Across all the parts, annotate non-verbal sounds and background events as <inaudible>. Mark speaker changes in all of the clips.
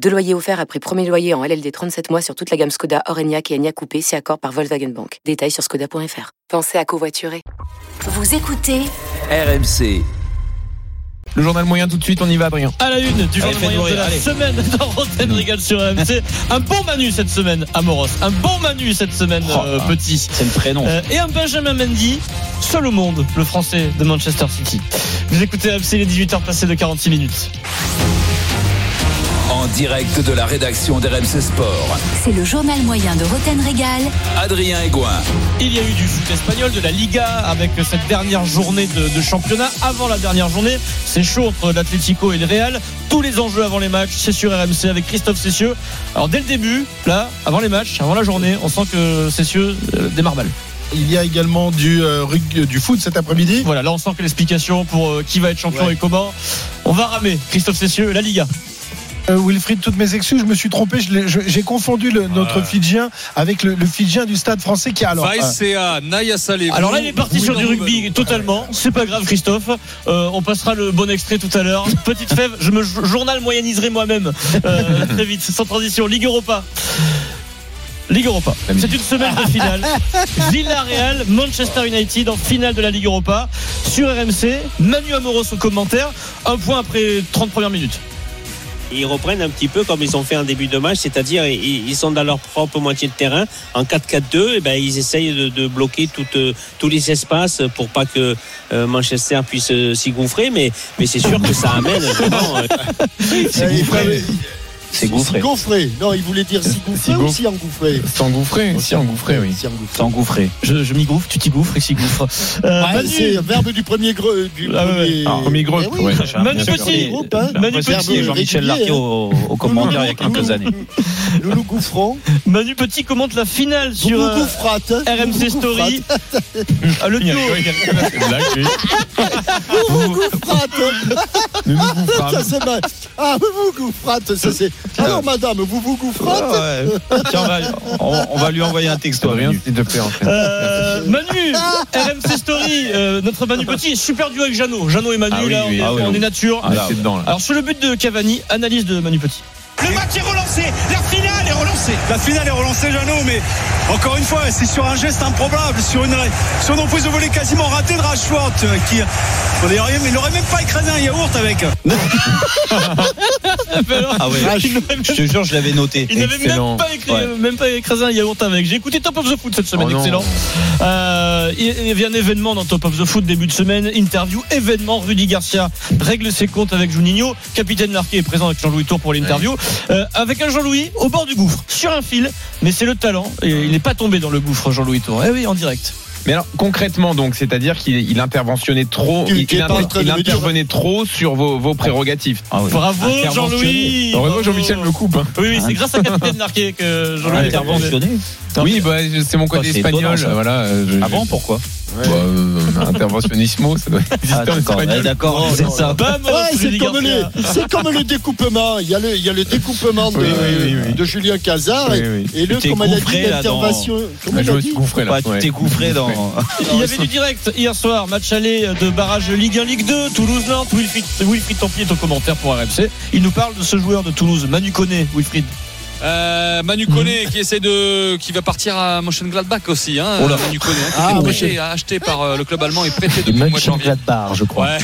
Speaker 1: Deux loyers offerts après premier loyer en LLD 37 mois sur toute la gamme Skoda, Orenia et Enya Coupé, si accord par Volkswagen Bank. Détails sur skoda.fr. Pensez à covoiturer.
Speaker 2: Vous écoutez
Speaker 3: RMC.
Speaker 4: Le journal moyen tout de suite, on y va, Brian.
Speaker 5: à la une du journal
Speaker 4: Allez,
Speaker 5: moyen
Speaker 4: faites-vous
Speaker 5: de la
Speaker 4: rire,
Speaker 5: semaine dans Rotten Régale sur AMC. Un bon Manu cette semaine, Amoros. Un bon Manu cette semaine,
Speaker 4: Oh,
Speaker 5: euh,
Speaker 4: ah.
Speaker 5: petit.
Speaker 4: C'est le prénom.
Speaker 5: Euh, et un Benjamin Mendy, seul au monde, le français de Manchester City. Vous écoutez AMC, les 18h passées de 46 minutes.
Speaker 3: En direct de la rédaction d'RMC Sport.
Speaker 2: C'est le journal moyen de Roten Régal.
Speaker 3: Adrien Aigouin.
Speaker 5: Il y a eu du foot espagnol, de la Liga, avec cette dernière journée de, de championnat. Avant la dernière journée, c'est chaud entre l'Atlético et le Real. Tous les enjeux avant les matchs, c'est sur RMC avec Christophe Cessieux. Alors dès le début, là, avant les matchs, avant la journée, on sent que Cessieux euh, démarre mal.
Speaker 6: Il y a également du, euh, rug- du foot cet après-midi.
Speaker 5: Voilà, là on sent que l'explication pour euh, qui va être champion et comment, on va ramer. Christophe Cessieux, la Liga.
Speaker 6: Euh, Wilfried, toutes mes excuses, je me suis trompé. je l'ai- je- J'ai confondu le- notre Fidjien avec le, le Fidjien du stade français qui a alors. euh,
Speaker 7: Faïséa, Naya Saleh.
Speaker 5: Alors là, il est parti
Speaker 7: Bruno
Speaker 5: sur du rugby
Speaker 7: Ballon.
Speaker 5: totalement. C'est pas grave, Christophe. Euh, on passera le bon extrait tout à l'heure. Petite fève, je me jo- journal moyenniserai moi-même euh, très vite, sans transition. Ligue Europa. Ligue Europa. C'est une semaine de finale. Villarreal, Manchester United en finale de la Ligue Europa. Sur RMC, Manu Amoros au commentaire. Un point après 30 premières minutes.
Speaker 8: Et ils reprennent un petit peu comme ils ont fait en début de match, c'est-à-dire ils, ils sont dans leur propre moitié de terrain. En 4-4-2, eh ben, ils essayent de, de bloquer toute, euh, tous les espaces pour pas que euh, Manchester puisse euh, s'y gonfrer, mais, mais c'est sûr que ça amène vraiment, euh,
Speaker 6: euh, il fallait-
Speaker 3: C'est gonfré.
Speaker 9: Gonfré. Non, il voulait dire si gonfré ou si engouffré.
Speaker 4: S'engouffrer, si engouffrer, oui.
Speaker 9: Si engouffré.
Speaker 3: T'engouffrer.
Speaker 5: Je, je m'y gouffre, tu t'y gouffres, et s'y gouffre. Euh,
Speaker 9: Ouais,
Speaker 5: Manu,
Speaker 9: c'est un verbe du premier greu. Du
Speaker 5: Ah ouais, ouais.
Speaker 9: premier,
Speaker 4: Ah, premier groupe,
Speaker 9: Eh oui,
Speaker 4: ouais.
Speaker 5: Manu
Speaker 9: premier
Speaker 5: Petit,
Speaker 9: groupe, hein.
Speaker 5: Manu
Speaker 9: Verbe
Speaker 5: Petit,
Speaker 9: régulier, hein.
Speaker 3: au,
Speaker 9: commentaire il y a quelques années. Loulou Gouffron.
Speaker 5: Manu Petit commente la finale sur
Speaker 9: Loulou
Speaker 5: euh,
Speaker 9: Gouffrate. hein.
Speaker 5: RMC
Speaker 9: Loulou
Speaker 5: Story. Ah, le duo.
Speaker 9: Gouffrate. Gouffrate.
Speaker 4: Nous nous gouffarons.
Speaker 9: Ça, c'est mal. Ah, vous vous gouffrate. Ça, c'est. Alors, madame, vous vous gouffrate.
Speaker 4: Ah ouais. Tiens, on va, on- on va lui envoyer un texto. Rien, s'il te plaît, en fait.
Speaker 5: Euh,
Speaker 9: <laughs>
Speaker 5: Manu, RMC Story, euh, notre Manu Petit, super duo avec Jeannot. Jeannot et Manu,
Speaker 4: Ah oui,
Speaker 5: là, on,
Speaker 4: oui,
Speaker 5: est,
Speaker 4: ah oui,
Speaker 5: on
Speaker 4: oui.
Speaker 5: est nature.
Speaker 4: Ah, là, c'est dedans, là.
Speaker 5: Alors, sur le but de Cavani, analyse de Manu Petit.
Speaker 7: Le match est relancé, la finale est relancée. La finale est relancée, Jeannot, mais encore une fois, c'est sur un geste improbable, sur une, sur une reprise de volée quasiment ratée de Rashford, euh, qui, bon, d'ailleurs, il n'aurait même pas écrasé un yaourt avec.
Speaker 3: Ah ouais.
Speaker 5: Il n'avait même-
Speaker 3: Je te jure, je l'avais noté.
Speaker 5: il n'avait même,
Speaker 4: excellent.
Speaker 5: pas écrit-
Speaker 3: Ouais.
Speaker 5: même pas écrasé un yaourt avec. J'ai écouté Top of the Foot cette semaine,
Speaker 4: Oh non.
Speaker 5: excellent. Euh, il il y avait un événement dans Top of the Foot début de semaine, interview, événement, Rudy Garcia règle ses comptes avec Juninho, capitaine Marquet est présent avec Jean-Louis Tour pour l'interview, Euh, avec un Jean-Louis au bord du gouffre, sur un fil, mais c'est le talent, et il n'est pas tombé dans le gouffre Jean-Louis Tour, eh oui, en direct.
Speaker 4: Mais alors, concrètement, donc, c'est-à-dire qu'il il interventionnait trop,
Speaker 9: Tu-
Speaker 4: il,
Speaker 9: tu
Speaker 4: il
Speaker 9: es pas en
Speaker 4: inter-
Speaker 9: train de
Speaker 4: il
Speaker 9: me dire-
Speaker 4: intervenait trop sur vos, vos prérogatives.
Speaker 3: Ah
Speaker 5: Bravo
Speaker 4: Interventionné.
Speaker 5: Jean-Louis
Speaker 4: Heureusement, Jean-Michel me coupe. hein.
Speaker 5: Oui, oui, c'est grâce à Capitaine Marquet que Jean-Louis
Speaker 4: Ouais.
Speaker 5: est intervenu.
Speaker 4: Oui, bah, je- c'est mon côté
Speaker 3: c'est
Speaker 4: espagnol.
Speaker 3: étonnant, ça.
Speaker 4: Voilà, euh, je-
Speaker 3: Avant, pourquoi
Speaker 4: bah, euh, interventionnismo, ça doit exister en espagnol.
Speaker 3: D'accord,
Speaker 9: Non,
Speaker 3: c'est
Speaker 9: non,
Speaker 3: ça. Ah,
Speaker 5: Bam,
Speaker 9: Ouais, c'est
Speaker 5: Rudy
Speaker 9: comme, les,
Speaker 5: Garcia.
Speaker 9: c'est comme le découpement. Il y a le, il y a le découpement de,
Speaker 4: Oui, oui, oui, oui.
Speaker 9: de Julien Cazard
Speaker 4: Oui,
Speaker 9: et,
Speaker 4: oui.
Speaker 9: et le,
Speaker 3: Tu t'es
Speaker 9: comme elle a dit,
Speaker 3: gouffré, là, dans-
Speaker 9: l'intervention. comment
Speaker 4: Ah,
Speaker 9: elle
Speaker 4: Je
Speaker 9: a
Speaker 4: me
Speaker 9: dit
Speaker 4: suis gouffré là.
Speaker 3: Ouais, Tu
Speaker 4: ouais.
Speaker 3: t'es gouffré dans.
Speaker 5: Il y avait du direct hier soir, match aller de barrage de Ligue 1, Ligue 2, Toulouse-Nantes. Wilfried, Wilfried Templier est au commentaire pour RMC. Il nous parle de ce joueur de Toulouse, Manu Koné, Wilfried.
Speaker 7: Euh, Manu Koné
Speaker 5: Mm.
Speaker 7: qui essaie de qui va partir à Mönchengladbach aussi hein.
Speaker 3: Oh là.
Speaker 7: Manu Koné hein, qui
Speaker 9: Ah,
Speaker 7: était
Speaker 9: oui.
Speaker 7: prêté, acheté par euh, le club allemand et prêté depuis le mois de janvier.
Speaker 3: barre, je crois.
Speaker 7: Ouais.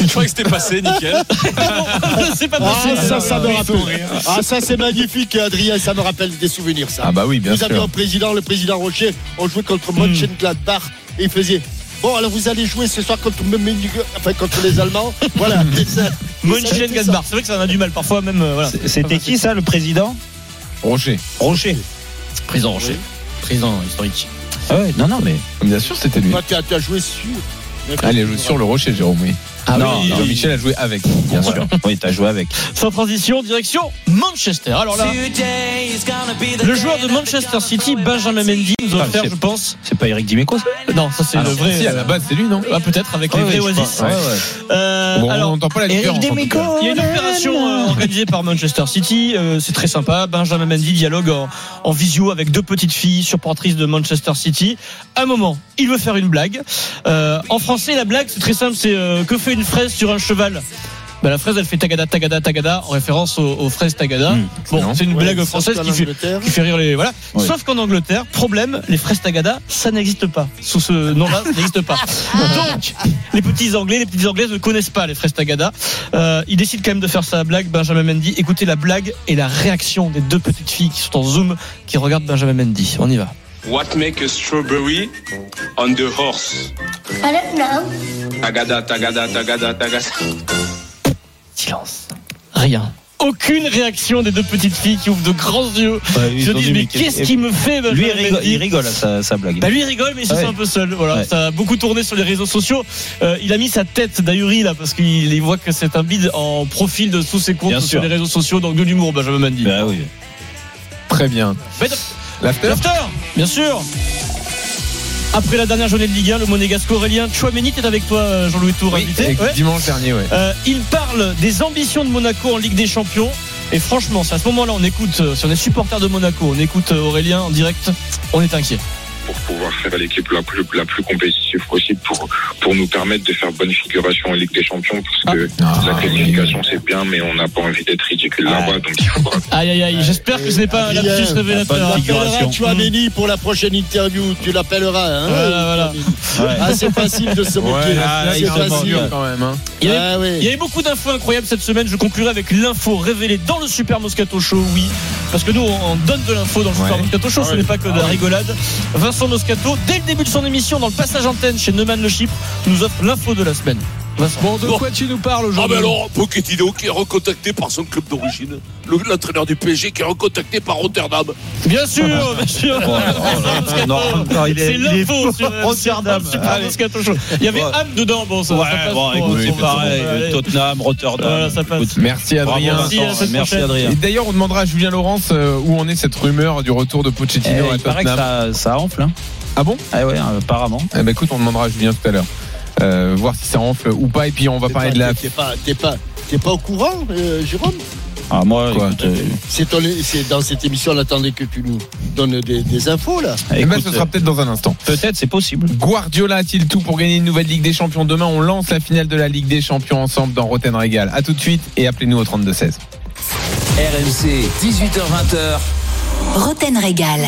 Speaker 7: je croyais que c'était
Speaker 5: <laughs>
Speaker 7: passé nickel.
Speaker 5: <laughs> c'est pas
Speaker 9: Ah,
Speaker 5: possible.
Speaker 9: ça, ça me rappelle. Ah, ça, c'est magnifique, Adrien. Ça me rappelle des souvenirs, ça.
Speaker 4: Ah, bah oui, bien
Speaker 9: Nous avions
Speaker 4: sûr.
Speaker 9: un président, le président Rocher. On jouait contre Mönchengladbach et il faisait. Bon, alors vous allez jouer ce soir contre, Mönchengladbach, enfin, contre les Allemands. Voilà. Et ça-
Speaker 5: Mönchengladbach. C'est vrai que ça en a du mal parfois, même. euh, voilà.
Speaker 3: C'était qui ça, le président
Speaker 4: Rocher.
Speaker 3: Rocher.
Speaker 5: Président Rocher. Président historique.
Speaker 3: Ah ouais, non, non, mais.
Speaker 4: Bien sûr, c'était lui. Ah,
Speaker 9: Toi, tu as, tu as joué sur.
Speaker 4: Allez, elle joue sur le rocher, Jérôme, oui.
Speaker 5: Ah
Speaker 4: non,
Speaker 5: oui.
Speaker 4: Jean-Michel a joué avec, bien sûr.
Speaker 3: Oui, t'as joué avec.
Speaker 5: Sans transition, direction Manchester. Alors là, le joueur de Manchester City, Benjamin Mendy, nous a
Speaker 3: Ah,
Speaker 5: offert,
Speaker 3: c'est-
Speaker 5: je pense.
Speaker 3: C'est pas Eric Dimeco, ça
Speaker 5: Euh, Non, ça c'est
Speaker 4: Ah
Speaker 5: le
Speaker 4: non,
Speaker 5: vrai.
Speaker 4: Si, à la base, c'est lui, non
Speaker 5: Ah, peut-être avec
Speaker 3: Ouais,
Speaker 5: les vrais
Speaker 3: ouais, je
Speaker 5: Oasis.
Speaker 3: pense. Ouais, ouais.
Speaker 5: Euh,
Speaker 4: Bon,
Speaker 5: alors, hein.
Speaker 4: on n'entend pas la différence. en tout cas.
Speaker 5: Il y a une opération euh, organisée par Manchester City, euh, c'est très sympa. Benjamin Mendy dialogue en, en visio avec deux petites filles supportrices de Manchester City. À un moment, il veut faire une blague. Euh, en français, la blague, c'est très simple, c'est euh, que fait une fraise sur un cheval Bah, la fraise, elle fait tagada, tagada, tagada, en référence aux, aux fraises tagada.
Speaker 4: Hmm,
Speaker 5: bon,
Speaker 4: non.
Speaker 5: c'est une
Speaker 9: Ouais,
Speaker 5: blague
Speaker 9: surtout
Speaker 5: française
Speaker 9: en
Speaker 5: qui fait,
Speaker 9: Angleterre.
Speaker 5: qui fait rire les. Voilà.
Speaker 3: Ouais.
Speaker 5: Sauf qu'en Angleterre, problème, les fraises tagada, ça n'existe pas. Sous ce nom-là, ça n'existe pas. Donc, les petits Anglais, les petites Anglaises ne connaissent pas les fraises tagada. Euh, il décide quand même de faire sa blague, Benjamin Mendy. Écoutez la blague et la réaction des deux petites filles qui sont en Zoom, qui regardent Benjamin Mendy. On y va.
Speaker 10: What make a strawberry on the horse?
Speaker 11: I don't know.
Speaker 10: Tagada, tagada, tagada, tagada.
Speaker 5: Silence. Rien. Aucune réaction des deux petites filles qui ouvrent de grands yeux.
Speaker 4: Bah,
Speaker 3: Ouais, ils
Speaker 5: Ils se
Speaker 3: ont dit,
Speaker 5: disent, mais
Speaker 3: qu'est-
Speaker 5: qu'est-ce qui me fait, Benjamin
Speaker 3: Lui, il rigole,
Speaker 5: Mendy
Speaker 3: il rigole à sa, sa blague.
Speaker 5: Bah lui il rigole mais il se
Speaker 3: Ouais.
Speaker 5: sent un peu seul. Voilà,
Speaker 3: Ouais.
Speaker 5: ça a beaucoup tourné sur les réseaux sociaux. Euh, il a mis sa tête d'Ayuri là parce qu'il il voit que c'est un bide en profil de tous ses comptes
Speaker 3: Bien
Speaker 5: sur
Speaker 3: sûr.
Speaker 5: les réseaux sociaux donc de l'humour Benjamin Mendy.
Speaker 3: Bah oui.
Speaker 4: Très bien.
Speaker 5: Mais de-
Speaker 4: L'after
Speaker 5: L'after, bien sûr. Après la dernière journée de Ligue 1, le monégasque Aurélien Chouameni est avec toi euh, Jean-Louis Tour invité.
Speaker 4: Et
Speaker 5: Ouais.
Speaker 4: Dimanche dernier, ouais.
Speaker 5: Euh, il parle des ambitions de Monaco en Ligue des Champions. Et franchement, si à ce moment-là on écoute, euh, si on est supporter de Monaco, on écoute euh, Aurélien en direct, on est inquiet.
Speaker 10: Pour pouvoir faire l'équipe la plus, la plus compétitive possible pour, pour nous permettre de faire bonne figuration en Ligue des Champions parce que
Speaker 4: Ah.
Speaker 10: la qualification c'est bien mais on n'a pas envie d'être ridicule là-bas donc il faudra
Speaker 5: Aïe aïe aïe, j'espère que ce n'est pas un
Speaker 9: Adrien,
Speaker 5: lapsus révélateur.
Speaker 9: Tu appelleras
Speaker 5: Mmh.
Speaker 4: Mm.
Speaker 9: Chouameni pour la prochaine interview, tu l'appelleras. Hein,
Speaker 5: Voilà, voilà.
Speaker 9: Chouameni. Ah, c'est facile de se moquer.
Speaker 4: là,
Speaker 9: c'est
Speaker 4: ah, il est un peu
Speaker 9: facile.
Speaker 4: dur quand même. hein.
Speaker 5: Il y avait-
Speaker 9: Ah, oui.
Speaker 5: Il y avait beaucoup d'infos incroyables cette semaine. Je conclurai avec l'info révélée dans le Super Moscato Show, oui. Parce que nous, on on donne de l'info dans le Super
Speaker 4: Ouais.
Speaker 5: Moscato Show,
Speaker 4: Ah
Speaker 5: ce
Speaker 4: oui.
Speaker 5: n'est pas que de la rigolade. Vincent Moscato, dès le début de son émission, dans le passage antenne chez Neumann Le Chypre, nous offre l'info de la semaine. Vincent. bah
Speaker 4: Bon, de quoi tu nous parles
Speaker 12: Ah
Speaker 4: aujourd'hui
Speaker 12: ben alors, Pochettino qui est recontacté par son club d'origine, Le- l'entraîneur du PSG qui est recontacté par Rotterdam.
Speaker 5: Bien
Speaker 4: <laughs>
Speaker 5: sûr,
Speaker 3: <laughs>
Speaker 5: bien sûr.
Speaker 3: Oh, Non, non, il est-
Speaker 5: C'est
Speaker 3: il est Oh,
Speaker 5: l'info sur euh,
Speaker 3: Rotterdam.
Speaker 5: sur le Super
Speaker 3: Allez.
Speaker 5: Moscato Show. Il y avait
Speaker 3: Ouais.
Speaker 5: Ham dedans, bon, ça, ça
Speaker 3: Ouais,
Speaker 5: passe
Speaker 3: bon,
Speaker 5: pour-
Speaker 3: écoute,
Speaker 5: pour-
Speaker 3: c'est pareil.
Speaker 5: pour- allez.
Speaker 3: Tottenham, Rotterdam.
Speaker 5: Voilà, ça passe.
Speaker 3: Écoute,
Speaker 4: Merci
Speaker 3: bravo,
Speaker 4: Adrien.
Speaker 5: Merci, à la semaine
Speaker 3: Merci,
Speaker 5: prochaine.
Speaker 3: Adrien.
Speaker 4: Et d'ailleurs, on demandera à Julien Laurence euh, où en est cette rumeur du retour de
Speaker 3: Eh,
Speaker 4: Pochettino à
Speaker 3: il paraît que
Speaker 4: Tottenham.
Speaker 3: ça, ça enfle. Hein.
Speaker 4: Ah bon
Speaker 3: Ah ouais, apparemment.
Speaker 4: Eh ben écoute, on demandera à Julien tout à l'heure. Euh, voir si ça enfle ou pas. Et puis on va
Speaker 9: T'es
Speaker 4: parler
Speaker 9: pas-
Speaker 4: de la.
Speaker 9: T'es pas, t'es pas, t'es pas au courant, euh, Jérôme
Speaker 3: Ah, moi,
Speaker 4: Quoi
Speaker 3: écoute, euh,
Speaker 9: C'est ton- c'est dans cette émission, on attendait que tu nous donnes des, des infos là.
Speaker 4: Eh ben,
Speaker 3: écoute,
Speaker 7: euh,
Speaker 4: ce sera peut-être dans un instant.
Speaker 3: peut-être, c'est possible.
Speaker 4: Guardiola a-t-il tout pour gagner une nouvelle Ligue des Champions Demain, on lance la finale de la Ligue des Champions ensemble dans Roten Régal. A tout de suite et appelez-nous au
Speaker 3: euh,
Speaker 4: 32-16.
Speaker 2: Roten Régal.